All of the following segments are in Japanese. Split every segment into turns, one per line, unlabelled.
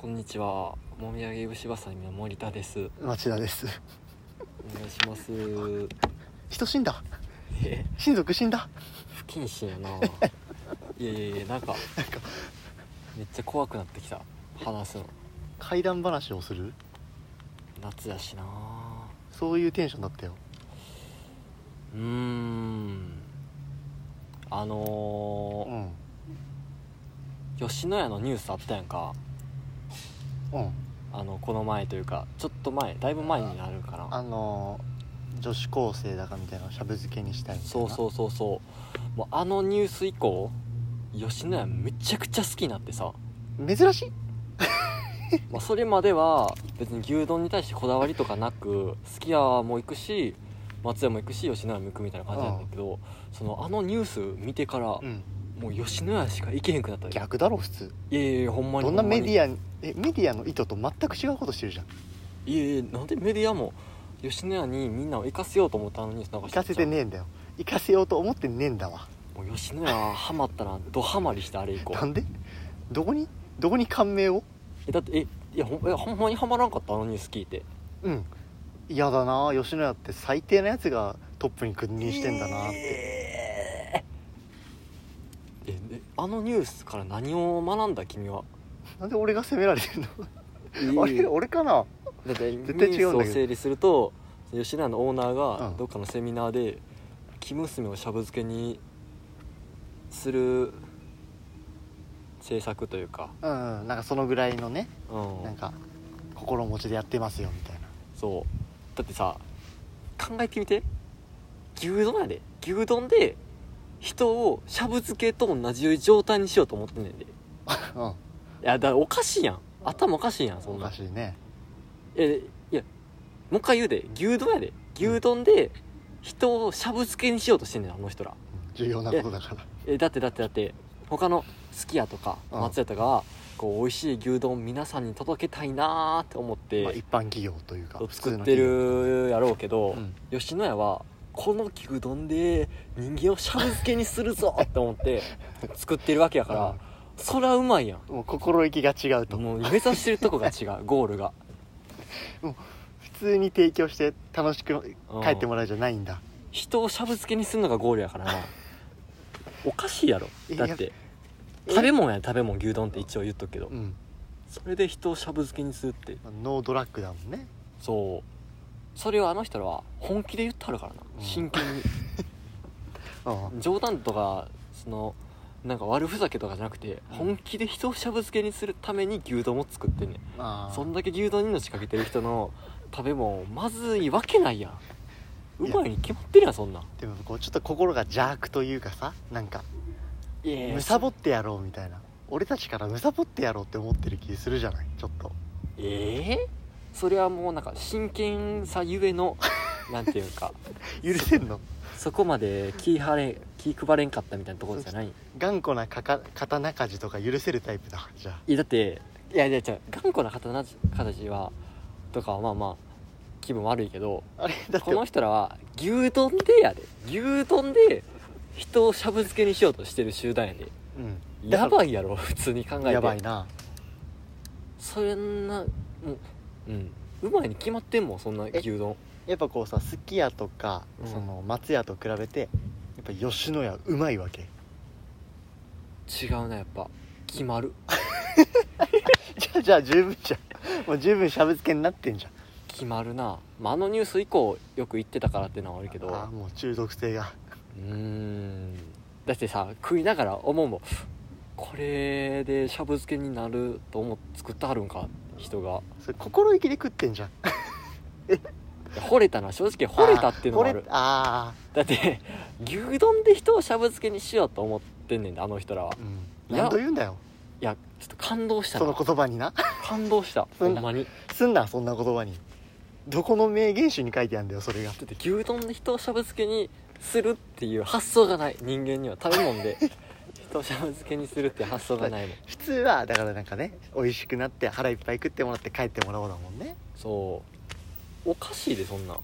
こんにちは。もみあげ牛ばさみの森田です。
町田です。
お願いします。
人死んだ。
え、
親族死んだ。
不謹慎 やな。いやいやいや、なんか。
なんか
めっちゃ怖くなってきた。話すの。
怪談話をする。
夏やしな。
そういうテンションだったよ。
うーん。あ
う
の
ん。
ー、吉野家のニュースあったやんか。
うん。
あの、この前というか、ちょっと前、だいぶ前になるかな。
あのー女子高生だかみたいなしゃぶ漬けにしたいみたいな。
そうそうそうそう。もうあのニュース以降。吉野家めちゃくちゃ好きになってさ。
う。珍しい。
まあ、それまでは別に牛丼に対してこだわりとかなくすき家も行くし松屋も行くし吉野家も行くみたいな感じなんだけどそのあのニュース見てからも
うん。
う吉野家しか行けへんくなったいや
逆だろ普通。
いやいやほんまに
どんなメデ
ア
ィアにえメディアの意図と全く違うことしてるじゃん。
いやいやなんでメディアも吉野家にみんなを行かせようと思ったのになんか
行かせてねえんだよ。行かせようと思ってねえんだわ。
もう吉野家ハマったらドハマりしてあれ 行こ
な
うん
で？どこにどこに感銘を？
えだってえいやほんえほんまにハマらんかったあのニュース聞いて
うん。嫌だな吉野家って最低なやつがトップに君臨してんだなって。
えーえであのニュースから何を学んだ君は
なんで俺が責められてるの？あ
いい
れ 俺かな
だってニュ
絶対違
ース
うんだ
を
けど
整理すると吉野家のオーナー
う
が
ん
どっかのセミナーで「生娘をしゃぶ漬けにする政策というか、
うんなんかそのぐらいのね
う
なん
ん、
か心持ちでやってますよみたいな
そうだってさ考えてみて牛丼やで牛丼で人をしゃぶ漬けと同じ状態にしようと思ってんねんでい
うん
やだからおかしいやん頭おかしいやんそ
お
ん
か
な
しいね
えいやもう一回言うで牛丼やで牛丼で人をしゃぶ漬けにしようとしてんねんあの人ら
うん重要なことだから
えだってだってだって他のすき家とか
うん
松屋とかはこう美味しい牛丼皆さんに届けたいなーって思って、
まあ、一般企業というか普通
作
の
って
企業
るやろうけど、
うん
吉野家はこの牛丼で人間をしゃぶ漬けにするぞって思って 作ってるわけやから、
うん
そりゃうまいやん
もう心意気が違うと
もう目指してるとこが違うゴールが
普通に提供して楽しく
うん
帰ってもらうじゃないんだ
人をしゃぶ漬けにするのがゴールやからなおかしいやろ
い
だ
や
って
え
食べ物や食べ物牛丼って一応言っとくけど、
うん
それで人をしゃぶ漬けにするって
まあノードラッグだもんね
そうそれをあの人らは本気で言ったるからな、
うん
真剣に
うん
冗談とかそのなんか悪ふざけとかじゃなくて、
うん
本気で人をしゃぶ漬けにするために牛丼を作ってんねん
あ
そ
ー
んだけ牛丼に命かけてる人の食べ物まずいわけないやんうまいに決まってるやんそんなん
でもこうちょっと心が邪悪というかさなんか
いやいや
むさぼってやろうみたいな俺たちからむさぼってやろうって思ってる気するじゃないちょっと
ええそれはもうなんか真剣さゆえ のなんていうか
許せんの
そこまで気張れ気配れんかったみたいなところじゃない
頑固なかか刀鍛冶とか許せるタイプだじゃあ
いやだっていやいや違う頑固な刀形はとかはまあまあ気分悪いけど
あれだって
この人らは牛丼でやで牛丼で人をしゃぶ漬けにしようとしてる集団やで
うん
やば
い
いやろ普通に考えて
やばいな
そんなもううんうまいに決まってんもんそんな牛丼
やっぱこうさすき家とか、
うん
その松屋と比べてやっぱ吉野家うまいわけ
違うなやっぱ決まる
じゃあじゃあ十分じゃんもう十分しゃぶ漬けになってんじゃん
決まるな、まあ、あのニュース以降よく言ってたからってのはあるけど
ああ
う
もう中毒性が
ーんだってさ食いながら思うもんこれでしゃぶ漬けになると思って作ってはるんか人が
それ心意気で食ってんじゃん
いや惚れたのは正直惚れたっていうのもあ
惚
る
れあ
だって牛丼で人をしゃぶ漬けにしようと思ってんねんであの人らは
ーう
い
ん
や
何度言うんだよ
いやちょっと感動した
その
な
言葉にな
感動したほ
そん
ん
な
まに
すんなそんな言葉にどこの名言集に書いてあるんだよそれが
だって牛丼で人をしゃぶ漬けにするっていう発想がない人間には食べ物で人をしゃぶ漬けにするっていう発想がないもん
普通はだからなんかね美味しくなって腹いっぱい食ってもらって帰ってもらおうだもんね
そうおかしいでそんなん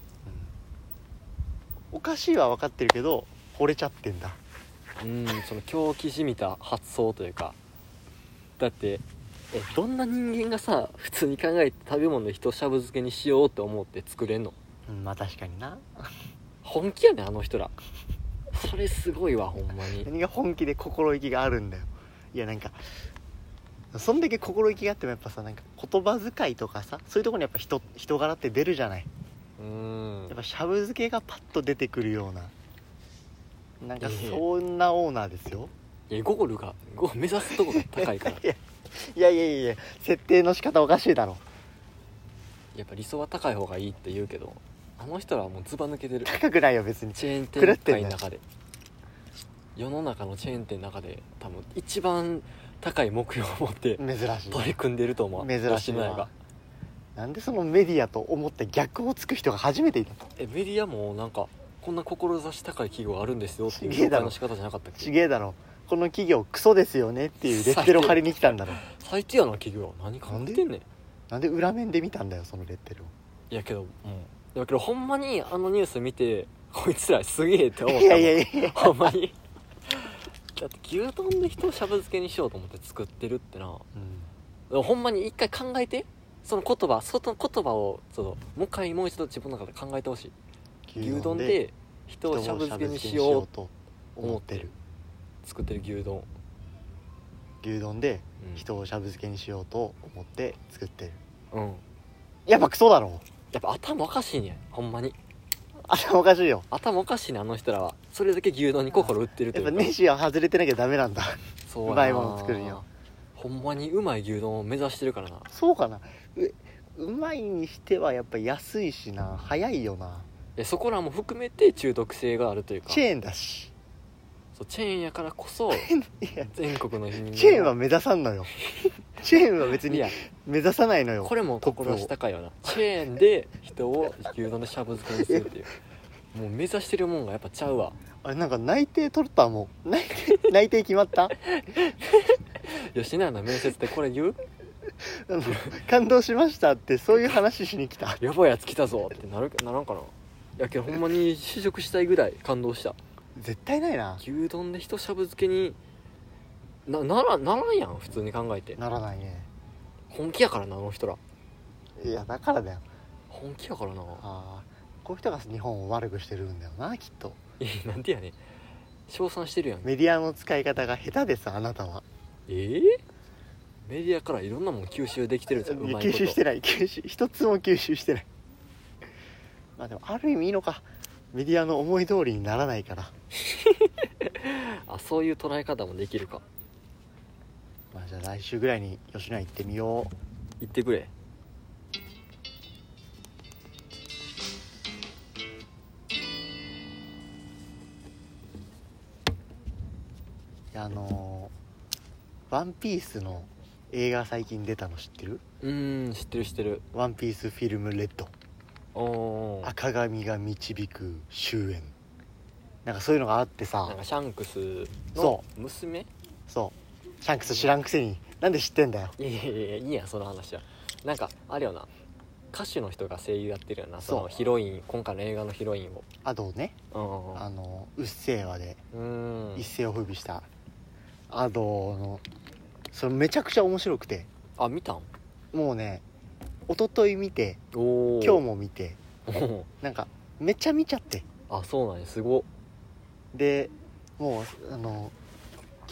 おかしいは分かってるけど惚れちゃってんだ
うんその狂気じみた発想というかだってえどんな人間がさ普通に考えて食べ物で人をしゃぶ漬けにしようって思って作れんの
うんまあ確かにな
本気やねあの人らそれすごいわほんまに
何が本気で心意気があるんだよいやなんかそんだけ心意気があってもやっぱさなんか言葉遣いとかさそういうところにやっぱ人人柄って出るじゃない
うん
やっぱしゃぶ漬けがパッと出てくるようななんか
いやいや
そんなオーナーですよ
いやゴールがゴール目指すとこが高いから
いやいやいやいや設定の仕方おかしいだろ
やっぱ理想は高い方がいいって言うけどあの人らはもうずば抜けてる
高くないよ別に
チェーン店界の中で世の中のチェーン店の中で多分一番高い目標を持って
珍しい
取り組んでると思う
珍しい
野家が
ななんでそのメディアと思って逆をつく人が初めていたの
えメディアもなんかこんな志高い企業があるんですよっていう
ちげえ
紹
だ
介
ろ
の仕方じゃなかったっ
ち
け
げえだろこの企業クソですよねっていうレッテルを貼りに来たんだろ
最低やな企業何考えてんねん
なんで裏面で見たんだよそのレッテルを
いやけどもういやけどほんまにあのニュース見てこいつらすげえって思ったもん
いやいやいや
ほんまにだって牛丼で人をしゃぶ漬けにしようと思って作ってるってなでもほんまに一回考えてその言葉その言葉をそのもう一回もう一度自分の中で考えてほしい牛丼で人をしゃぶ漬けにしよう
と
思ってる作ってる牛丼、
牛丼で
うん、
人をしゃぶ漬けにしようと思って作ってる
うん
やっぱクソだろ
やっぱ頭おかしいねんほんまに
頭おかしいよ
頭おかしいねんあの人らはそれだけ牛丼に心売ってると
や
い
っ
うか
ぱネジは外れてなきゃダメなんだ
そうやな
うまいもの作るには
ほんまにうまい牛丼を目指してるからな
そうかなううまいにしてはやっぱ安いしな早いよな
えそこらも含めて中毒性があるというか
チェーンだし
そうチェーンやからこ そ
いや
全国の人間が
チェーンは目指さんのよチェーンは別
い
に
や
目指さないのよ
これも志高いよなチェーンで人を牛丼でしゃぶ漬けにするっていうもう目指してるもんがやっぱちゃうわ
あれなんか内定取ったもう内定内定決まったあ
吉永の面接でこれ言う
の感動しましたってそういう話しに来た
やばいやつ来たぞってなるならんかないやけどほんまに試食したいぐらい感動した
絶対ないな
牛丼で人しゃぶ漬けになならならんやん普通に考えて
ならないね
本気やからなあの人ら
いやだからだよ
本気やからな
ああこういう人が日本を悪くしてるんだよなきっと
えなんてやねん称賛してるやんえ
メディアの使い方が下手ですあなたは
ーメディアからいろんなもん吸収できてるじゃんうまいこと
吸収してない吸収一つも吸収してないまあでもある意味いいのかメディアの思い通りにならないから
あそういう捉え方もできるか
まあじゃあ来週ぐらいに吉野家行ってみよう
言ってくれ
いやあのーワンピース」の映画最近出たの知ってる
うーん知ってる知ってる
「ワンピースフィルムレッド
おー
赤髪が導く終焉」なんかそういうのがあって
なん
さ
かシャンクスの
そ
娘
そうシャンクス知らんくせになんで知ってんだよ
いやいやいやいいやんその話はなんかあれよな歌手の人が声優やってるよなそ
そ
の
う
ヒロイン今回の映画のヒロインを
あとね
うん
あの「うっせぇわ」で
うんうん
一世を風靡したアドのそれめちゃくちゃ面白くて
あ見たん
もうね一昨日見て
おお
今日も見て
も
なんかめっちゃ見ちゃって
あそうなんやすごっ
でもうあの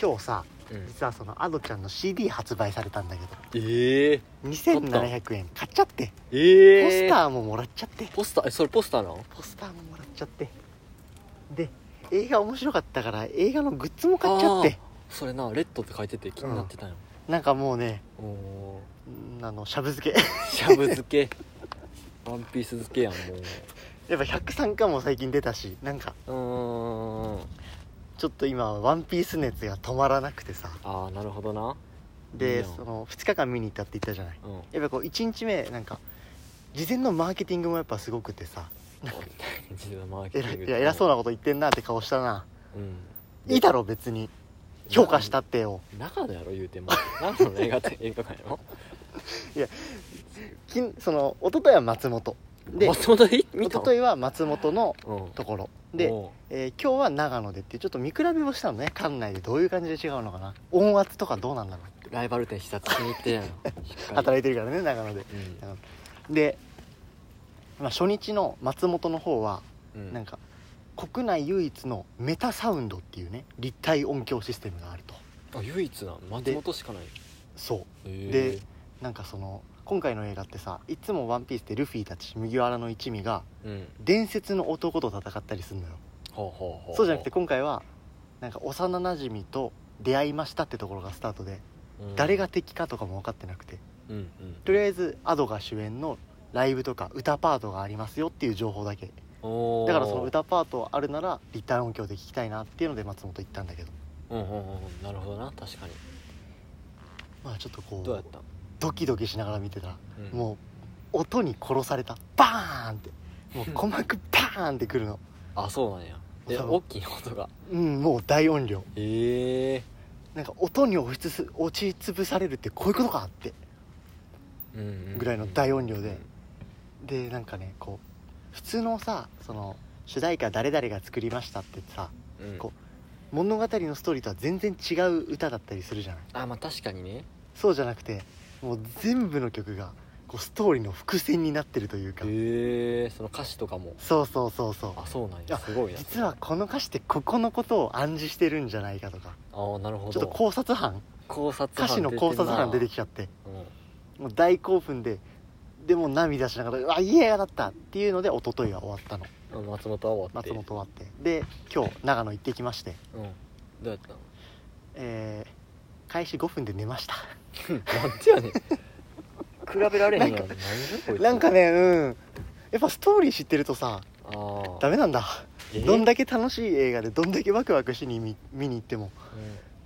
今日さ
うん
実はそのアドちゃんの CD 発売されたんだけ
ええ
ど2700円買っちゃってポ
え
ス
え
ターももらっちゃって
ポスターえそれポスターなの
ポスターももらっちゃってで映画面白かったから映画のグッズも買っちゃって
それなレッドって書いてて気になってたんや、
なんかもうね
ん、おー
うんあのしゃぶ漬け
しゃぶ漬けワンピース漬けやん
やっぱ103巻も最近出たしなんか
もううーん
ちょっと今ワンピース熱が止まらなくてさ
ああなるほどな
で、
いいよ
その2日間見に行ったって言ったじゃない
うん
やっぱこう1日目なんか事前のマーケティングもやっぱすごくてさ
実はマー
え
ケテ
ら
ィング
いや偉そう
な、
なこと言ってんなって顔したな
うん、
いいだろ別に評価したってよ
中野やろ言うても中野の映画って映画館やろ
きんその一昨日は松本で一
松本で見た
昨
の
日は松本の
うん
ところで、
お
えー今日は長野でっていうちょっと見比べをしたのね館内でどういう感じで違うのかな音圧とかどうなんだろうって
ーライバル店視察しに行ってんやん
働
い
いてるからね長野で
て、うん
で、まあ、初日の松本の方は
うん、
なんか国内唯一のメタサウンドっていうね立体音響システムがあると
あ唯一な松
で
本しかない
そう
へ
なんかその今回の映画ってさいつも「ワンピースでルフィたち麦わらの一味が
えうん
伝説の男と戦ったりするのよ
ほうほうほう
そうじゃなくて今回はなんか幼なじみと出会いましたってところがスタートで
うん
誰が敵かとかも分かってなくて
うんうん
とりあえずアドが主演のライブとか歌パートがありますよっていう情報だけ
おー
だからその歌パートあるなら立体音響で聞きたいなっていうので松本行ったんだけど
うんうんうんうんなるほどな確かに
まあちょっとこ
どうや
う
った、
ドキドキしながら見てたら
うん、
もう音に殺されたバーンってもう鼓膜バーンってくるの
あそうなんやえ
そう
大きい音が
うんもう大音量
ええ
なんか音に押しつす落ち潰されるってこういうことかって
うんうん
ぐらいの大音量ででなんかねこう普通のさその主題歌誰々が作りましたってさ
うん
こ物語のストーリーとは全然違う歌だったりするじゃない
あまあ確かにね
そうじゃなくてもう全部の曲がこうストーリーの伏線になってるというか
へえその歌詞とかも
そうそうそうそう
あそうなん
いや
やすごいな
実はこの歌詞ってここのことを暗示してるんじゃないかとか
あーなるほど
ちょっと考察班
考察
歌詞の考察班出て
き
きちゃって
た、うん
もう大興奮ででも涙しながら「うわいい映画だった!」っていうので一昨日は終わったの
松本は終わって
松本終わってで今日長野行ってきまして
うん、どうやったの
えー開始5分で寝ました
なんてやねん比べられへんやん
な
何
ん
こいつ
なんかねうんやっぱストーリー知ってるとさ
あー
ダメなんだ
え
どんだけ楽しい映画でどんだけワクワクしに見見に行っても
う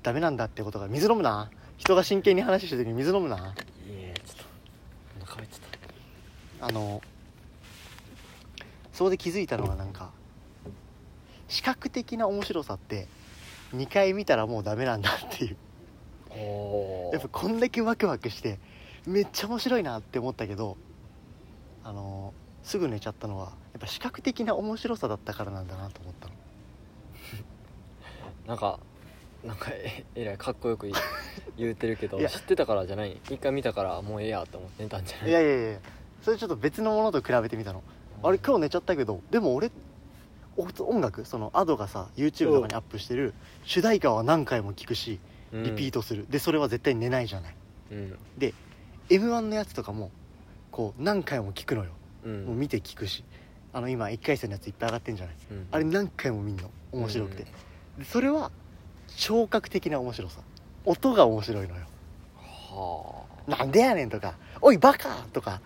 ダメなんだってことが水飲むな人が真剣に話してる時に水飲むなん
いやちょっとお腹減っちゃっ
あのそこで気づいたのはなんか視覚的な面白さって2回見たらもうダメなんだっていう
たおー
やっぱこんだけワクワクしてめっちゃ面白いなって思ったけどあのすぐ寝ちゃったのはやっぱ視覚的な面白さだったからなんだなと思ったの
なんかなんかええらいかっこよ くい言うてるけど
いや
知ってたからじゃない一回見たからもうええやと思って寝たんじゃない
いやいやいやいやそれちょっと別のものと比べてみたのあれ今日寝ちゃったけどでも俺お音楽そのアドがさ YouTube とかにアップしてる主題歌は何回も聞くし
うん
リピートする、でそれは絶対寝ないじゃない
うん、
m 1のやつとかもこう何回も聞くのよ、
うん
もう見て聞くしあの今1回戦のやついっぱい上がってんじゃない
うん
あれ何回も見んの面白くて
うん、
でそれは聴覚的な面白さ音が面白いのよ
は
なんでやねんとかおいバカとか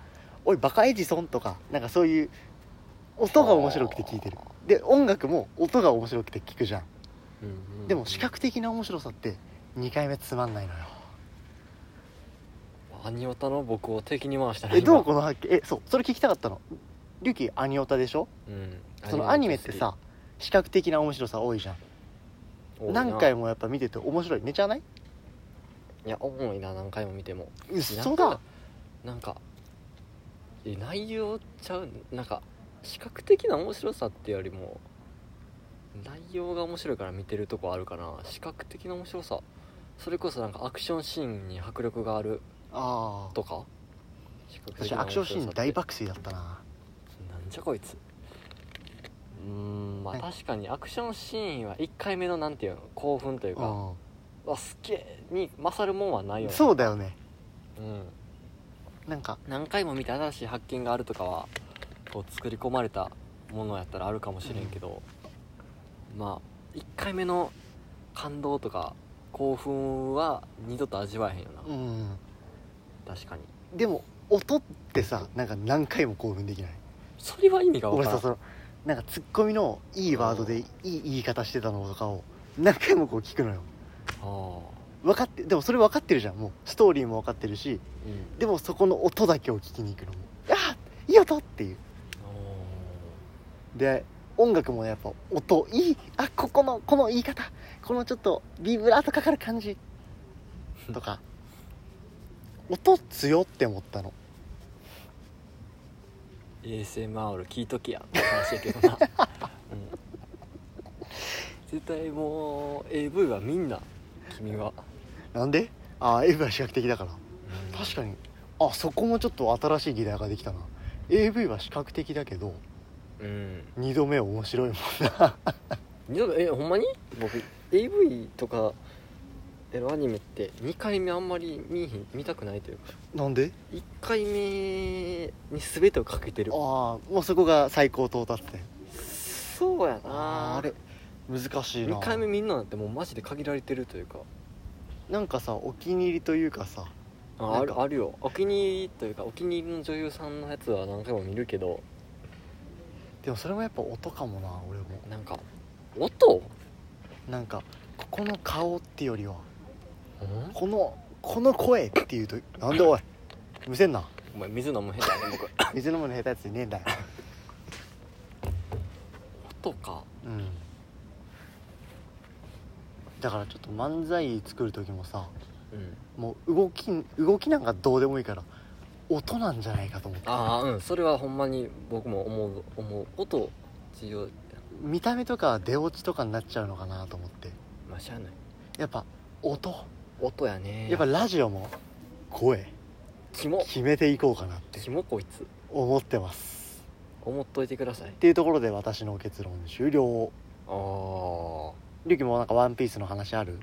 おいバカエジソンとかなんかそういう音が面白くて聞いてるで音楽も音が面白くて聞くじゃん
あ、うんうんうん
でも視覚的な面白さって2回目つまんないのよ
アニオタの僕を敵に回したら
えどうこの発見えそうそれ聞きたかったのリュキアニオタでしょ
うん
そのアニメってさ視覚的な面白さ多いじゃん何回
も
もやっぱ見てて面白い寝ちゃわない
いや重いな何回も見ても
嘘だ
なんかえ内容ちゃうなんか視覚的な面白さっていうよりも内容が面白いから見てるとこあるかな視覚的な面白さそれこそなんかアクションシーンに迫力がある
ああ
とか視覚
私アクションシーン大
バ
爆睡だったな
なんじゃこいつうーんまあ
ね
確かにアクションシーンは1回目のなんていうの興奮という
う
かわすっげえに勝るもんはないよ
ん
ね
そうだよね
うん
なんか
何回も見て新しい発見があるとかはこう作り込まれたものやったらあるかもしれんけど、まあ1回目の感動とか興奮は二度と味わえへんよな、
うん
確かに
でも音ってさなんか何回も興奮できない
それは意味が分
俺
から
さそ
ん
のなんかツッコミのいいワードでいい言い方してたのとかを何回もこう聞くのよ
あー
分かってでもそれ分かってるじゃんもうストーリーも分かってるし
うん
でもそこの音だけを聞きに行くのもあいい音っていうで音楽もやっぱ音いいあここのこの言い方このちょっとビブラートかかる感 じとか音強って思ったの
ASMR 聞いときやって話やけ どな、うん絶対もう AV はみんな君は
なんでああ AV は視覚的だから確かにあそこもちょっと新しい議題ができたな AV は視覚的だけど
うん
2度目は面白いもん
二度とえほんまに僕 AV とかエロアニメって2回目あんまり見ひん見たくないというか
なんで
1回目に全てをかけてる
ああもうそこが最高到達点
そうやな
あれ難しいな
2回目見んのなんてもうマジで限られてるというか
なんかさお気に入りというかさ
ああるあるよお気に入りというかお気に入りの女優さんのやつは何回も見るけど
でもそれもやっぱ音かもな俺も
なんか音
なんかここの顔ってよりはこのこの声っていうとなんでおいむせんな
お前水飲む下手ね僕
水飲むの下手やついねえんだよ
音か
うんだからちょっと漫才作る時もさ
うん
もう動き動きなんかどうでもいいから音なんじゃないかと思って
ああうんそれはほんまに僕も思う思う音重要
見た目とか出落ちとかになっちゃうのかなと思って
まあしゃあない
やっぱ音
音やね
やっぱラジオも声
キモ
決めていこうかなって
キモこいつ
思ってます
思っといてください
っていうところで私の結論終了
ああ
リュキもなんかワンピースの話ある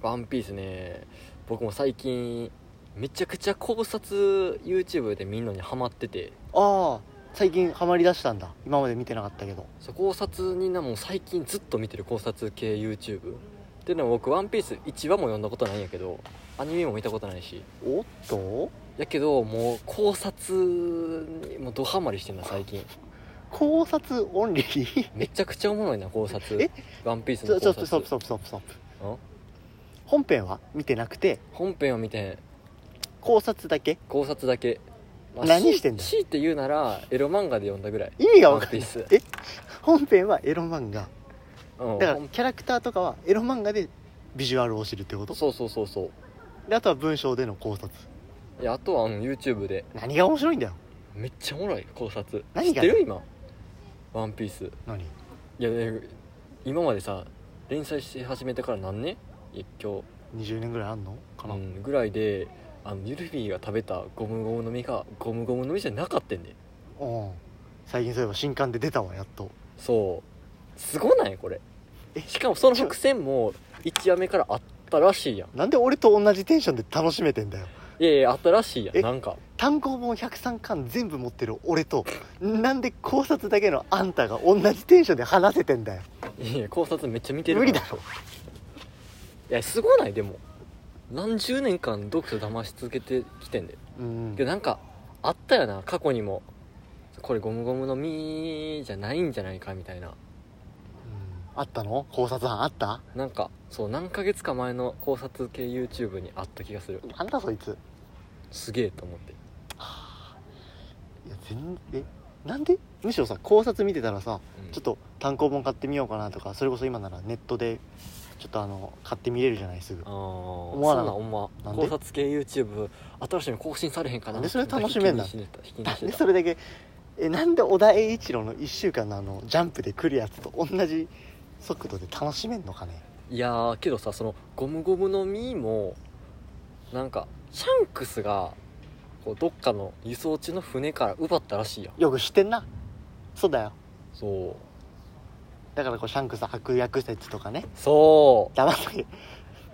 ワンピースね僕も最近めちゃくちゃ考察 YouTube で見んのにハマってて
ああ最近ハマりだしたんだ今まで見てなかったけど
そう考察になもう最近ずっと見てる考察系 YouTube っていうのも僕「ワンピース1話も読んだことないんやけどアニメも見たことないし
おっと
やけどもう考察にもうドハマりしてんだ最近
考察オンリー
めちゃくちゃおもろいな考察
え
ワンピース
ちょ
の
ちょ
考
っとストッ
察
プストップストップストップ
ん
本編は見てなくて
本編を見てん
考察だけ
考察だけ、ま
何してんだよ
し強いて言うならエロ漫画で読んだぐらい
意味が分かん
ワン
な
ピー
いえ本編はエロ漫画
うん
だからキャラクターとかはエロ漫画でビジュアルを知るってこと
そうそうそうそう
であとは文章での考察
いやあとは、うん、YouTube で
何が面白いんだよ
めっちゃおもろい考察
何
知
が
ってる今ワンピース
何
いやね今までさ連載し始めてから何年一挙、
20年ぐらいあんのかな、
うんぐらいであのユルフィが食べたゴムゴムの実がゴムゴムの実じゃなかったんで
うん最近そういえば新刊で出たわやっと
そうすごないこれ
え
しかもその伏線も1話目からあったらしいやん
なんで俺と同じテンションで楽しめてんだよ
いやいやあったらしいやん
え
なんか
単行本103巻全部持ってる俺となんで考察だけのあんたが同じテンションで話せてんだよ
いやいや考察めっちゃ見てる
無
から
理だろ
いやすごないでも何十年間読者騙し続けてきてんで
うん
けどなんかあったよな過去にもこれゴムゴムの実じゃないんじゃないかみたいな
あったの考察班あった
なんかそう何ヶ月か前の考察系 YouTube にあった気がする
なんだそいつ
すげえと思って
いや全えなんでむしろさ考察見てたらさ
うん
ちょっと単行本買ってみようかなとかそれこそ今ならネットでちょっとあの買って見れるじゃないすぐ
ああ
思わな
そうなんおま
なんで
考察系 YouTube 新しいの更新されへんかな
なんでそれ楽しめんだ
引きにしてた引きに
なん
して
で
た
それだけえなんで小田栄一郎の1週間のあのジャンプで来るやつと同じ速度で楽しめんのかね
いやーけどさそのゴムゴムの実もなんかシャンクスがこうどっかの輸送中の船から奪ったらしいやん
よく知ってんなそうだよ
そう
だからこうシャンクス悪役説とかね
そう
騙さけ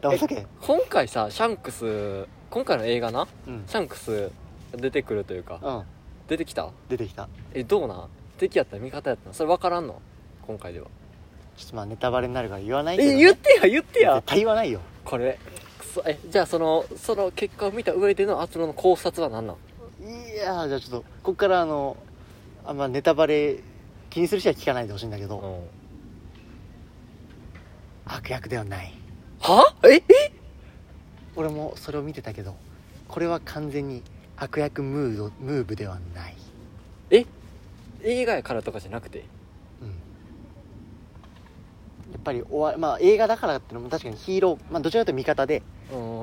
騙さけ
今回さシャンクス今回の映画な
うん
シャンクス出てくるというか
うん
出てきた
出てきた
えどうなん敵やった味方やったのそれ分からんの今回では
ちょっとまあネタバレになるから言わないけど、
え
ね、
言ってや言ってや
絶対言わないよ
これくそえじゃあそのその結果を見た上でのアツロの考察は何なん
いやーじゃあちょっとこっからあのあんまネタバレ気にする人は聞かないでほしいんだけど、
うん
悪役ではない
はええ
俺もそれを見てたけどこれは完全に悪役ムードムーブではない
映画やからとかじゃなくて
うんやっぱりおわ、まあ、映画だからってのも確かにヒーロー、まあ、どちらかというと味方で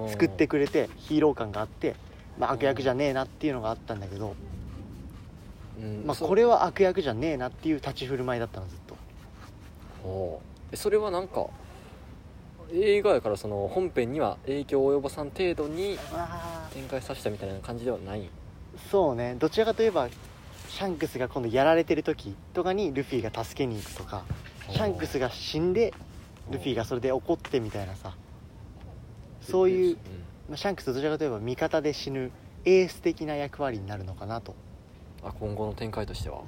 作
救ってくれてヒーロー感があって、まあ、悪役じゃねえなっていうのがあったんだけど、
うん
まあ、
そう
これは悪役じゃねえなっていう立ち振る舞いだったのずっと
おうえそれはなんか映画やからその本編には影響を及ぼさん程度に
あ
展開させたみたいな感じではない
ーそうねどちらかといえばシャンクスが今度やられてる時とかにルフィが助けに行くとかシャンクスが死んでルフィがそれで怒ってみたいなさそういう、まあシャンクスどちらかといえば味方で死ぬエース的な役割になるのかなと、
うんあ今後の展開としては、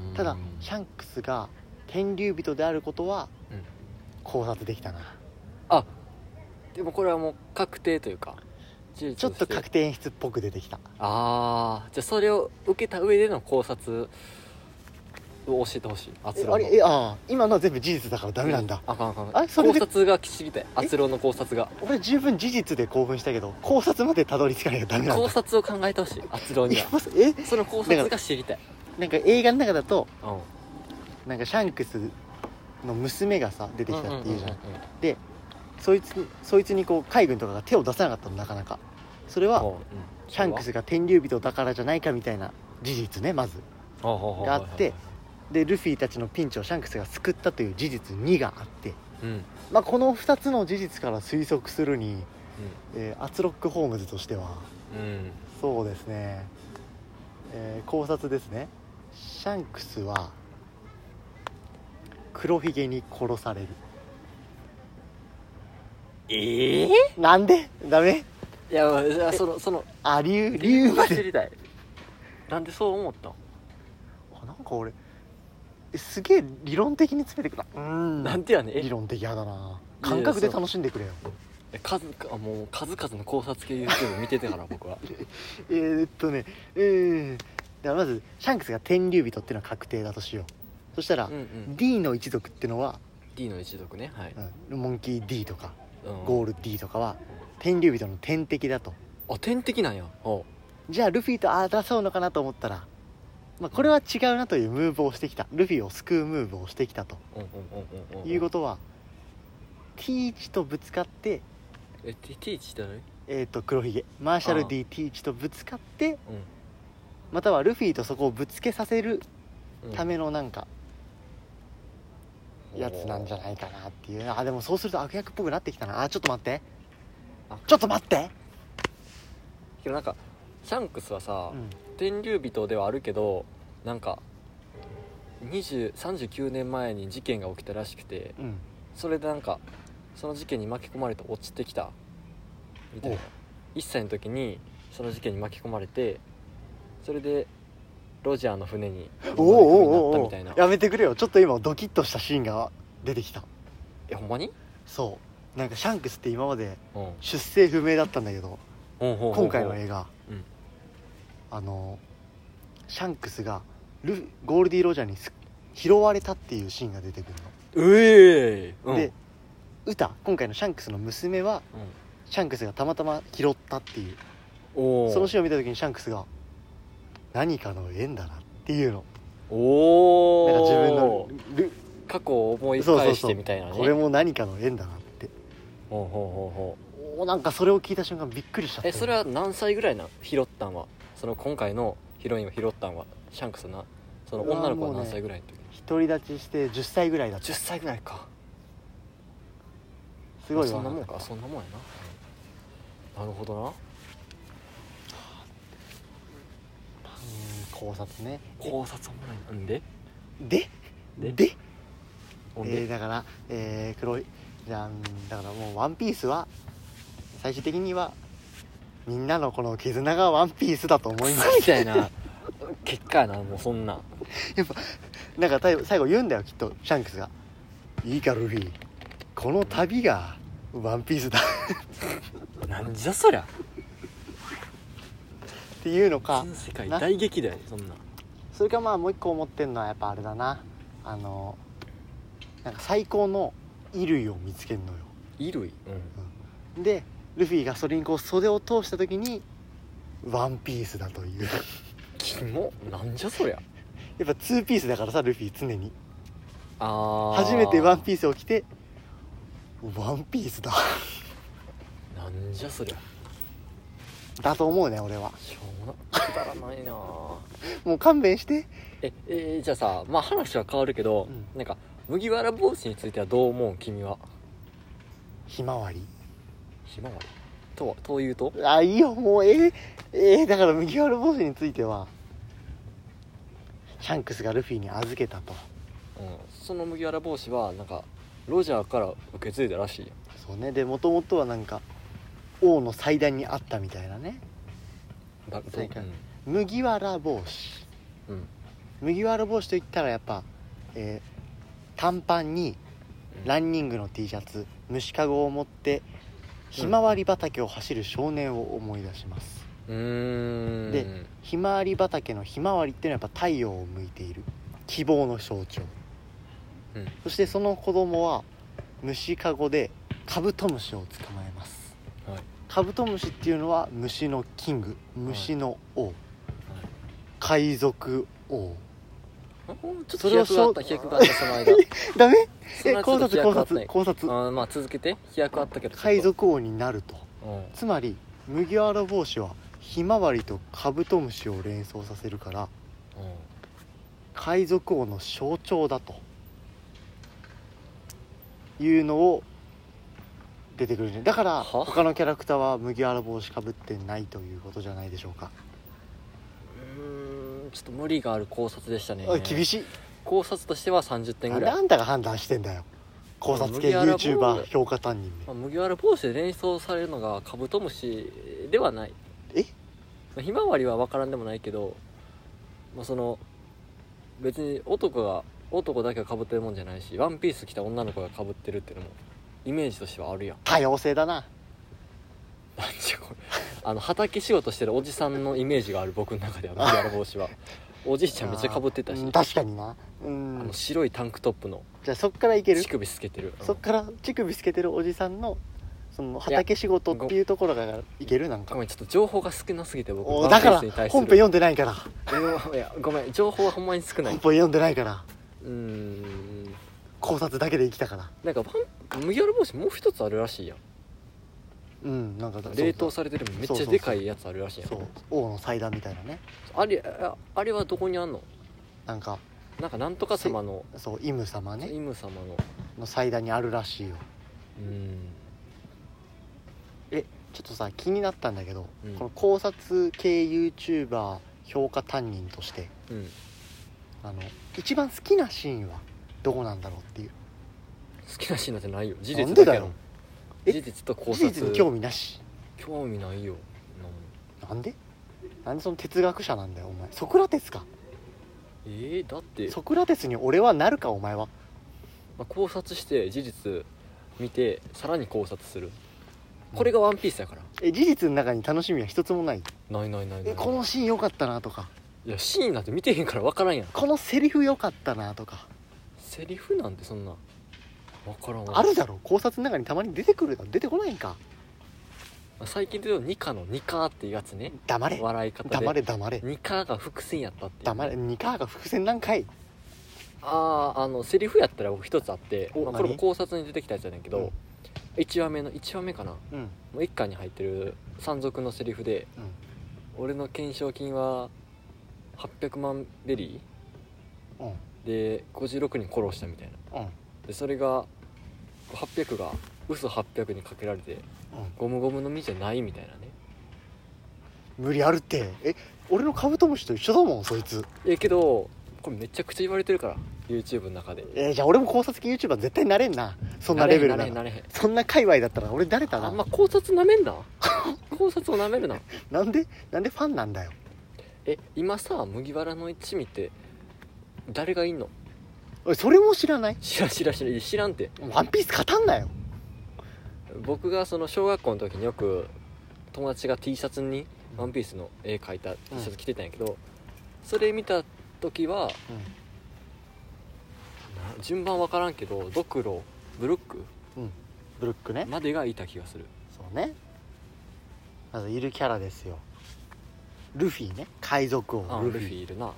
うん
うん
ただシャンクスが天竜人であることは
うん
考察できたな
あでもこれはもう確定というかち
ちょっと確定演出っぽく出てきた
ああじゃあそれを受けた上での考察を教えてほしいあ
え
つろ
あれえあー今のは全部事実だからダメなんだ、
あかんあかんあかん
あそれで
考察がきちりたいあつろの考察が
俺十分事実で興奮したけど考察までたどり着かないとダメなん
考
だ
察を考えてほしいあつろ
い
に
や
は
まず え
その考察が知りたい
なんか映画の中だと
うんうん
なんかシャンクスの娘がさ出てきたっていうじゃん,、
うんうんうん
そいつそいつにこう海軍とかが手を出さなかったのなかなかそれは
ほううん
シャンクスが天竜人だからじゃないかみたいな事実ねまず
ほうほうほう
があってでルフィたちのピンチをシャンクスが救ったという事実2があって、
うんうん
まあ、この2つの事実から推測するに、えーアツロック・ホームズとしては
うん
そうですね、えー考察ですねシャンクスは黒ひげに殺される
ええ
なんでダメ
いやまあじゃあそのその
あ理由理由ま
知
で
りたいなんでそう思ったん
あなんか俺えすげえ理論的に詰めてくなうん
なんてやねん
理論的やだな感覚で楽しんでくれよ
え数かもう数々の考察系 YouTube 見ててから 僕は
えー、っとねうんではまずシャンクスが天竜人っていうのは確定だとしようそしたら、
うんうん
D の一族ってのは、
D の一族ねはい、
うんモンキー D とか
うん
ゴール D とかは天竜人の天敵だと
あ天敵なんやほ
じゃあルフィと争うのかなと思ったら、まあ、これは違うなというムーブをしてきたルフィを救うムーブをしてきたと
ううんうんうんうんうん
いうこととはティーチとぶつかって、
えティティーチって誰
えー、と黒ひげマーシャル
ああ
D ティーチとぶつかって
う
またはルフィとそこをぶつけさせる
んうん
ためのなんかやつなんじゃないかなっていうあでもそうすると悪役っぽくなってきたなあちょっと待って
あ
ちょっと待って、
けどなんかシャンクスはさ、
うん
天竜人ではあるけどなんか20 39年前に事件が起きたらしくて
うん、
それでなんかその事件に巻き込まれて落ちてきたみたいな
おう
1歳の時にその事件に巻き込まれてそれでロジャーの船に乗り
おお
込みになった
おうおうお
み
う
たいな
やめてくれよちょっと今ドキッとしたシーンが出てきた
えほんまに
そうなんかシャンクスって今まで
うん
出生不明だったんだけど今
今
回の映画、
うん
あのシャンクスがルフゴールディ・ロジャーにす拾われたっていうシーンが出てくる
うえ
の、
ー
で歌今回のシャンクスの娘はシャンクスがたまたま拾ったっていう
うんおー
そのシーンを見た時にシャンクスが何かの縁だなっていうの
お
な
ー
んか自分のル
過去を思い
そうそう
返
そ
し
う
てみたいなね
これも何かの縁だなって
ほうほうほうほ
おーなんかそれを聞いた瞬間びっくりしちゃっ
う
た
えそれは何歳ぐらいなん拾ったんはその今回のヒロインを拾ったんはシャンクスなその女の子は何歳ぐらいの時
独り立ちして10歳ぐらいだった
10歳ぐらいか
すごい
そ
わ
んなもんかそんなもんやななるほどな
うん考察ね
考察もないんで
でで
で
え
ほんで
ーだから、えー黒いじゃあうんだからもう「ワンピースは最終的にはみんなのこの絆が「ワンピースだと思いま
クソみ
す
たいな結果やなもうそんなん
なんか最後最後言うんだよきっとシャンクスが「いいかルフィこの旅が「ワンピースだっ
なんじゃそりゃ
ていうのか
全世界大激だよそんなん
それかまあもう一個思ってんのはやっぱあれだなあのなんか最高の衣類を見つけるのよ
衣類
でルフィがそれにこう袖を通した時に「ワンピースだという
キモなんじゃそりゃ
やっぱツーピースだからさルフィ常に
あー
初めてワンピースを着て「ワンピースだ
なんじゃそりゃ」
だと思うね俺は
しょうもなくだらないなあ
もう勘弁して
ええーじゃあさまあ話は変わるけど、
うん
なんか麦わら帽子についてはどう思う君は
ひまわり
ひまわりとはというと
あいいよもうええええだから麦わら帽子についてはシャンクスがルフィに預けたと
うん、その麦わら帽子はなんかロジャーから受け継いだらしいよ
そうねでもともとはなんか王の祭壇にあったみたいなね
だど
そうか麦わら帽子
うん、うん
麦わら帽子といったらやっぱ、えー短パンにランニングの T シャツ虫かごを持ってひまわり畑を走る少年を思い出します、
うーん
でひまわり畑のひまわりっていうのはやっぱ太陽を向いている希望の象徴
うん
そしてその子供は虫かごでカブトムシを捕まえます
はい、はい、
カブトムシっていうのは虫のキング虫の王、海賊 王
あほんちょっ
そ
と
れ
飛
を
躍があった飛躍があっ
しょ
たその 間
ダメ
そ
え
の間ちょ
考
っと飛躍
察考
があったね
察考察
あーまあ続けて飛躍あったけどちょっと
海賊王になると
うん
つまり麦わら帽子はひまわりとカブトムシを連想させるから
うん
海賊王の象徴だというのを出てくるねだから
は
他のキャラクターは麦わら帽子かぶってないということじゃないでしょうか、
うーんちょっと無理がある考察でしたね
おい厳
い
し
考察としては30
い
点
な
ぐ
んで
らい
あんたが判断してんだよ考察
麦
系
わら帽子
YouTuber 評価担任
まあ、麦わら帽子で連想されるのがカブトムシではない
え
まあひまわりは分からんでもないけど、まあ、その別に男が男だけがかぶってるもんじゃないしワンピース着た女の子がかぶってるっていうのもイメージとしてはあるやん
多様性だな
何じゃこれあの畑仕事してるおじさんのイメージがある僕の中では麦わら帽子はおじいちゃんめっちゃかぶってたし、
うん
あ
確かになうん
の白いタンクトップの
じゃあそっからいける
乳首透けてる
そっから乳首つけてるおじさんのその畑仕事っていうところがいけるなん
ご
か
めんちょっと情報が少なすぎて僕
おだか
ワ
ら
ンピースに対す
本
る
編読んでないから
いやごめん情報はほんまに少な
本
い
編読んでないから
うーん
考察だけで生きたから
なんかパン麦わら帽子もう一つあるらしいやん
うんなんか
冷凍されてるめっちゃでかいやつあるらしいやん
そう王の祭壇みたいなね
あれああれはどこにあんの
なんか
なんかなんとか様の
そうイム様ね
イム様の
の祭壇にあるらしいよ
うーん
えちょっとさ気になったんだけど、
うん
この考察系 YouTuber 評価担任として
うん
あの一番好きなシーンはどこなんだろうっていう
好きなシーンなんてないよ事
な
実
ん
だ
で
け
だ
やろ
よえ
事実と考
事
察
実に興味なし
興味ないよなん
なんでなんでその哲学者なんだよお前ソクラテスか
えー、だって、
ソクラテスに俺はなるかお前は
まあ、考察して事実見てさらに考察するこれがワンピースやから、
え事実の中に楽しみは一つもない
ないないないない
えこのシーン良かったなとか
いやシーンなんて見てへんから分からんやん
このセリフ良かったなとか
セリフなんてそんな分からんわ
あるだろ考察の中にたまに出てくるだろ出てこないんか
最近で言うとニカのニカっていうやつね
黙れ
笑い方で
黙れ黙れ
ニカが伏線やったっていう
黙れニカーが伏線なんかい
あああのセリフやったら僕一つあって、
お
まあ、これも
何
考察に出てきたやつやねんけ
うん
ど、一1話目の1話目かなも
うん
う1巻に入ってる山賊のセリフで「俺の懸賞金は800万ベリ
うんうん
ーで56人殺した」みたいな
うん
でそれが800が嘘800にかけられてゴムゴムの実じゃないみたいなね
無理あるってえ俺のカブトムシと一緒だもんそいつ
えけどこれめちゃくちゃ言われてるから YouTube の中で
えーじゃあ俺も考察系 YouTuber 絶対なれんなそんなレベ
な
ルな
れへんなれ
ら
へんなれ
そんな界隈だったら俺誰
へ
だ
ん
な
あんま考察なめんな 考察をなめるな
なんでなんでファンなんだよ
え今さ麦わらの一味って誰がいんの
俺それも知らない
知らん知らん知らん知らんって
ワンピース語んなよ
僕がその小学校の時によく友達が T シャツに「ワンピースの絵描いた T シャツ着てたんやけど、それ見た時はな順番わからんけどドクロブロック
ブルックね
までがいた気がする
そうねまずいるキャラですよルフィね海賊
あ
王
ル
ル
フ
フ
ィ
ィ
いるな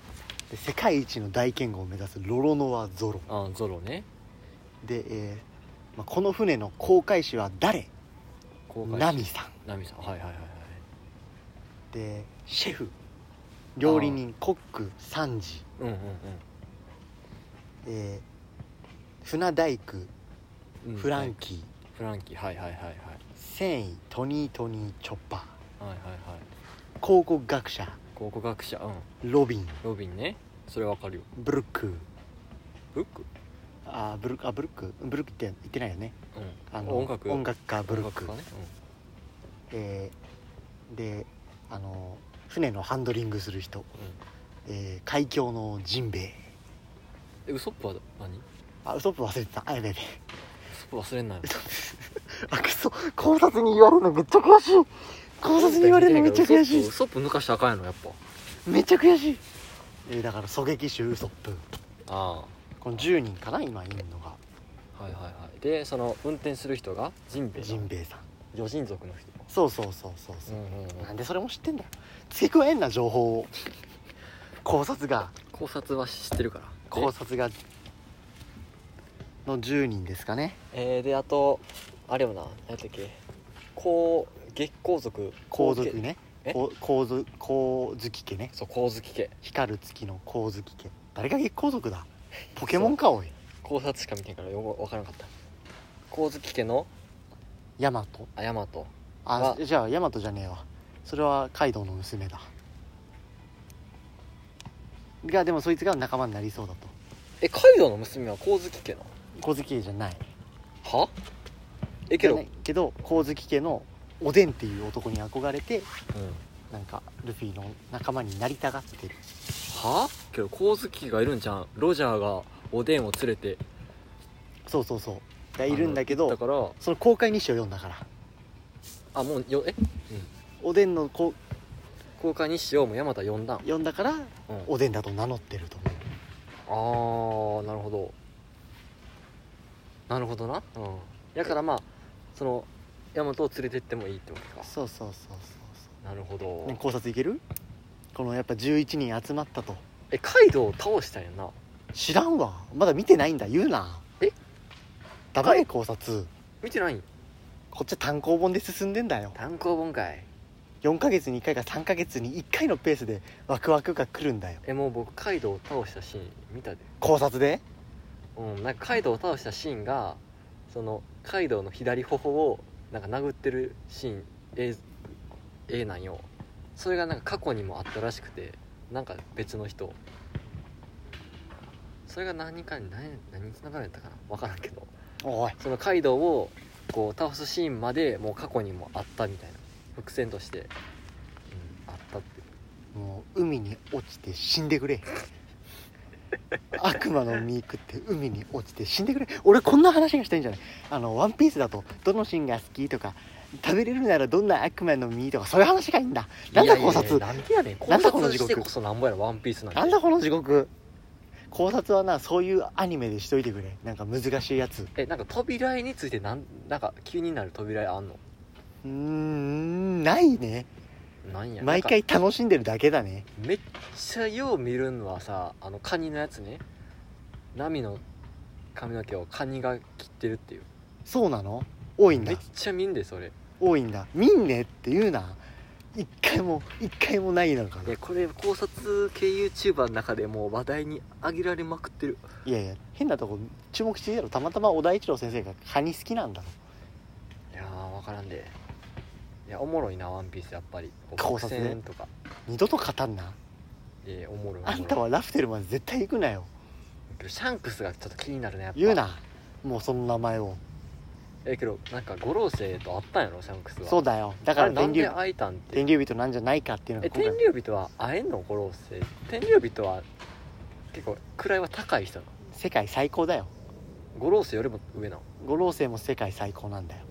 で世界一の大剣豪を目指すロロノア・ゾロ
あゾロね
で、えーまあ、この船の航海士は誰
公開し
ナミさん
ナミさんはいはいはいはい
でシェフ料理人コックサンジ、
うんうん
えー船大工
うんうん
フランキー、
フランキーはいはいはいはい
繊維トニートニーチョッパー
はいはいはい
考古学者
考古学者うん
ロビン
ロビンねそれわかるよ
ブルック
ブック
あーブルックあブルックブルックって言ってないよね
うん
あの
音楽
音楽家ブルック
音楽家ね
えーであの船のハンドリングする人、
うんうん
えー海峡のジンベエ
えウソップは何ウ
あウソップ忘れてたあやべやべ
ソップ忘れんないの
あくそ考察に言われるのめっちゃ悔しい考察に言われるのめっちゃ悔し
ウ
い
ソップウソップ抜かしたらあかんやろやっぱ
めっちゃ悔しい、えーだから狙撃手ウソップ
あ
この10人かな今いんのが
あはいはいはいでその運転する人がジンベエ
ジンベエさん
魚人族の人
そうそうそうそうそうう、
んうんうん
なんでそれも知ってんだよ付け加えんな情報を考察が
考察は知ってるから
考察がの10人ですかね
えー、であとあれよな何やったっけこう月光族
皇族ね
え
こう皇族皇月家ね
そう光月家
光る月の皇月家誰が月皇族だポケモンかおい
考察しか見てんからよく分からなかった光月家の
ヤマト
あヤマト
あ
は
じゃあヤマトじゃねえわそれはカイドウの娘だがでもそいつが仲間になりそうだと
えカイドウの娘は光月家の
小月家じゃない
はえけど、
じゃないけど小月家のおでんっていう男に憧れて
うん
なんかルフィの仲間になりたがってる
はけど光月家がいるんじゃんロジャーがおでんを連れて
そうそうそうがいるんだけど
だから
その公開日誌を読んだから
あもうよえ
おでんのこ
公開日誌をもう山田呼んだん、
読んだから
うん、
おでんだと名乗ってると思
あ
う
ーなるほどなるほどなうんだからまあそのヤマトを連れてってもいいってことか
そうそうそうそうそ
なるほ
う、ね
ど
考察いけるこのやっぱ11人集まったと
えカイドウを倒したんやな
知らんわまだ見てないんだ言うな
え
黙れ考察
見てないん
こっちは単行本で進んでんだよ
単行本かい
4ヶ月に1回か3ヶ月に1回のペースでワクワクが来るんだよ
えもう僕カイドウを倒したシーン見たで
考察で
うんなんかカイドウを倒したシーンがそのカイドウの左頬をなんか殴ってるシーンええなんよそれがなんか過去にもあったらしくてなんか別の人それが何かに何何につながるんやったかな分からんけど
おい
そのカイドウをこう倒すシーンまでもう過去にもあったみたいな伏線として、うん、あったって
もう海に落ちて死んでくれ 悪魔の実食って海に落ちて死んでくれ俺こんな話がしたいんじゃないあの「ワンピースだとどのシーンが好きとか食べれるならどんな悪魔の実とかそういう話がいいんだなんだ考察
いやいやいやなんでやねん考
なんだこの
察
地
し
獄
てこそなんぼやろワンピースなんて
なんだこの地獄考察はなそういうアニメでしといてくれなんか難しいやつ
えなんか扉絵についてなんなんか気になる扉絵あんの
うーんないね
なんや
毎
なん
回楽しんでるだけだね
かめっちゃよう見るのはさあのカニのやつねナミの髪の毛をカニが切ってるっていう
そうなの多いんだ
めっちゃ見んでそれ
多いんだ見んねって言うな一回も一回もないのか
い
な
やこれ考察系 YouTuber の中でもう話題に上げられまくってる
いやいや変なとこ注目していいだろたまたま小田一郎先生がカニ好きなんだろ
いやー分からんでいやおもろいなワンピースやっぱりこう
考察ね
伏線とか
二度と勝たんな
えおもろいおもろい
あんたはラフテルまで絶対行くなよ
けどシャンクスがちょっと気になるねやっぱ
言うなもうその名前を
えけどなんか五老星とあったんやろシャンクスは
そうだよだから
あれなん
天
で
竜
会えたんって
天竜人なんじゃないかっていうの
え
が今
天
回
竜人は会えんの五老星天竜人は結構位は高い人なの
世界最高だよ
五老星よりも上なの
五老星も世界最高なんだよ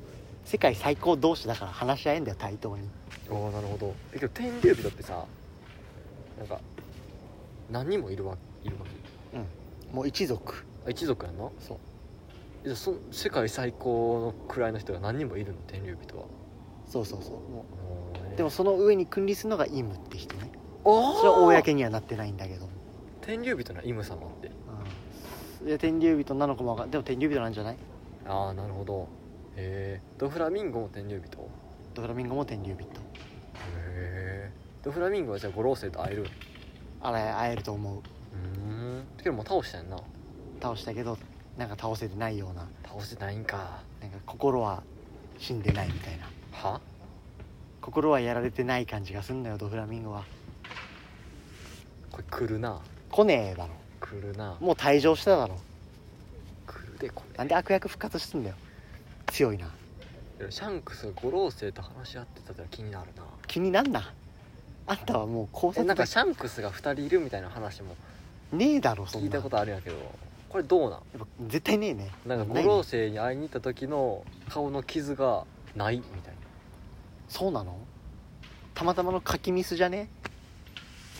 世界最高同士だから話し合えんだよ対等に
おおなるほどえけど天竜人ってさなんか何人もいるわいるわけ
もう一族
あ一族やんな
そう
えじゃあその世界最高の位の人が何人もいるの天竜人は
そうそうそうも
おー
うでもその上に君臨するのがイムって人ね
おー
それは公にはなってないんだけども
天竜人のイム様って
うんいや天竜人なのかもわかんでも天竜人なんじゃない
ああなるほどへえドフラミンゴも天竜人
ドフラミンゴも天竜
へ
人
えドフラミンゴはじゃあ五老星と会える
あれ会えると思う
うんけどもう倒したやんな
倒したけどなんか倒せてないような
倒せないんか
なんか心は死んでないみたいな
は
心はやられてない感じがすんのよドフラミンゴは
これ来るな
来ねえだろ
来るな
もう退場しただろ
来るでこ
なんで悪役復活してんだよ強いな
れシャンクスが五老星と話し合ってたってのは気になるな
気になんなあんたはもう考
え
察
なんか
だ
シャンクスが2人いるみたいな話も
ねえだろそんな
聞いたことあるんやけどこれどうなん
やっぱ絶対ねえね
なんか五
ない
老
ね
星に会いに行った時の顔の傷がないみたい
そうなのたまたまの書きミスじゃね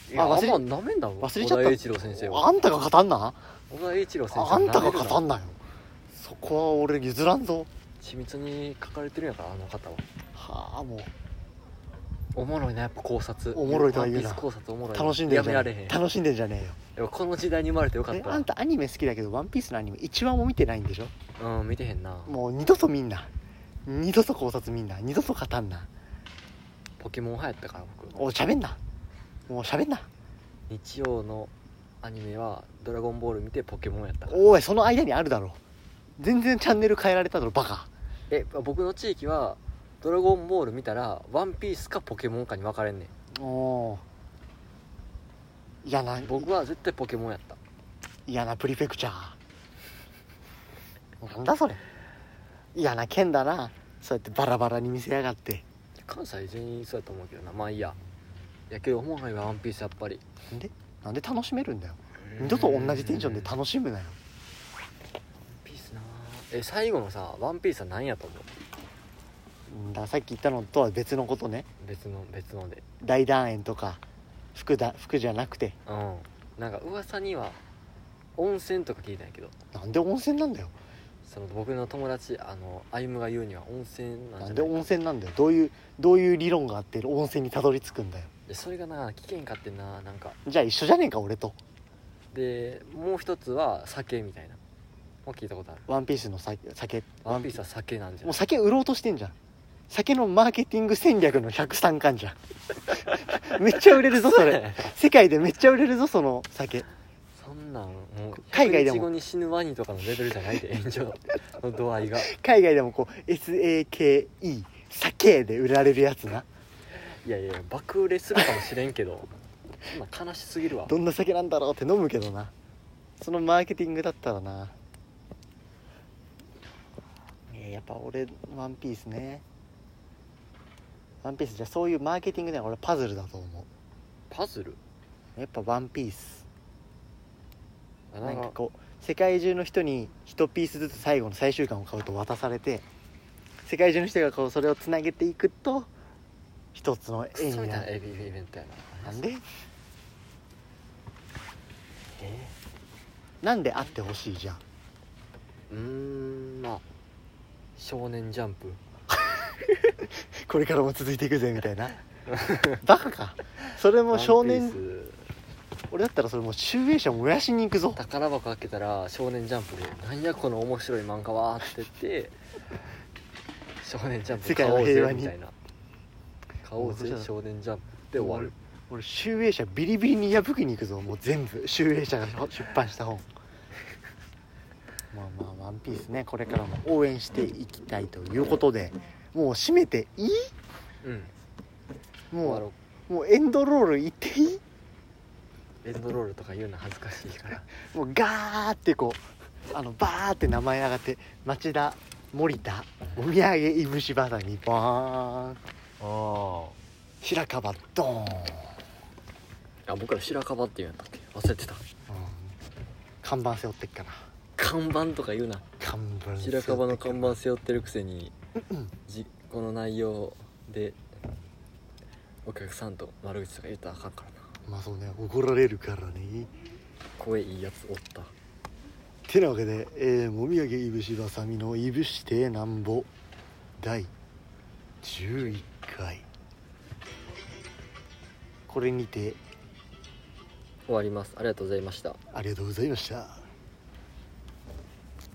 ないや
あ忘れ
あんま舐めんな
忘れちゃっ
小
た
田栄一郎先生
あ
は
んたが語んな
小田栄一郎先生
あんたが語
ん
んなよそこは俺譲らんぞ
緻密に書かれてるんやからあの方は
はあも
おもろいなやっぱ考察
おもろいとは言うな
ワンピース考察おもろ
う
い
楽しんでん
や
じ
め
ゃ
ら
ね
れへん
え楽しんでんじゃねえよ
やっぱこの時代に生まれてよかっ
え
たわ
あんたアニメ好きだけど「ワンピースのアニメ一話も見てないんでしょ
うん見てへんな
もう二度と見んな二度と考察見んな二度と語んな
ポケモン流行ったから
お
僕
しゃべんなもうしゃべんな
日曜のアニメは「ドラゴンボール」見てポケモンやったから
おいその間にあるだろ全然チャンネル変えられただろバカ
え僕の地域は「ドラゴンボール」見たら「ワンピースか「ポケモン」かに分かれんね
おー嫌なん
僕は絶対ポケモンやった
嫌なプリフェクチャーなんだそれ嫌な剣だなそうやってバラバラに見せやがって
関西全員そうやと思うけどなまあいいややけど思わないわワンピースやっぱり
なんでなんで楽しめるんだよ二度と同じテンションで
ワン
楽しむなよ
ピースなえ最後のさ「ワンピースは何やと思う
うんだからさっき言ったのとは別のことね
別の別ので
大団円とか服だ服じゃなくて
うんなんか噂には温泉とか聞いたんやけど
なんで温泉なんだよ
その僕の友達あの歩夢が言うには温泉なんじ
な
ゃ
ん
な
で
い
温泉なんだよどういうどういう理論があって温泉にたどり着くんだよ
でそれがな危険かってんななんか
じゃあ一緒じゃねえか俺と
でもう一つは酒みたいなもう聞いたことある
ワンピースの酒酒
ワンピースは酒なんじゃ
も
ない
う酒売ろうとしてんじゃん酒のマーケティング戦略の103巻じゃん めっちゃ売れるぞそれ世界でめっちゃ売れるぞその酒
そんなんもう
海外でも
100日後に死ぬワニとかのレベルじゃないで 炎上の度合いが
海外でもこう SAKE 酒で売られるやつない
やいや爆売れするかもしれんけどそんな悲しすぎるわ
どんな酒なんだろうって飲むけどなそのマーケティングだったらないややっぱ俺ワンピースねワンピースじゃそういうマーケティングでは俺パズルだと思
パズル
うやっぱワンピース
あ
な
なん
んか
か
こう世界中の人に1ピースずつ最後の最終巻を買うと渡されて世界中の人がこうそれをつなげていくと一つの
ク
絵
ソみ
に
たい
な
な
る
エビイベントやな
なんで
え
なんであってほしいじゃん
ーうーんまあ少年ジャンプ
これからも続いていくぜみたいな バカかそれも少
ワンピ
年
ース
俺だったらそれもう集英社燃やしに行くぞ
宝箱開けたら少年ジャンプで「なんやこの面白い漫画は」って言って「少年ジャンプ買おう
世界
ぜ
は平和」に
みたいな「買おうぜ
面白い
少年ジャンプ」で終わる
俺集英社ビリビリに破きに行くぞもう全部集英社が出版した本まあまあワンピースねこれからも応援していきたいということでもう締めていい
うん終わ
も
ろ
うもうエンドロールいっていいう
エンドロールとか言うの恥ずかしいから
もうガーってこうあのバーって名前上がって町田森田お土産いぶしばさみバーン
あ
白樺ドーン、うん、
あ僕ら白樺って言うんだっけ忘れてた
看板背負ってっかな
看板とか言うな
看板背負って
白
っかな
樺の看板背負ってるくせにじこの内容でお客さんと悪口とか言ったらあかんからな
まあそうね怒られるからね
声いいやつおった
てなわけで、えー、もみあげいぶしばさみのいぶしてなんぼ第11回これにて
終わりますありがとうございました
ありがとうございました